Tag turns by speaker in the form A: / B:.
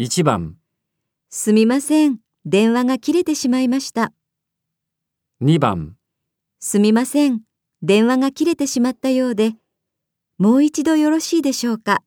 A: 1番、
B: すみません。電話が切れてしまいました。
A: 2番、
B: すみません。電話が切れてしまったようで、もう一度よろしいでしょうか。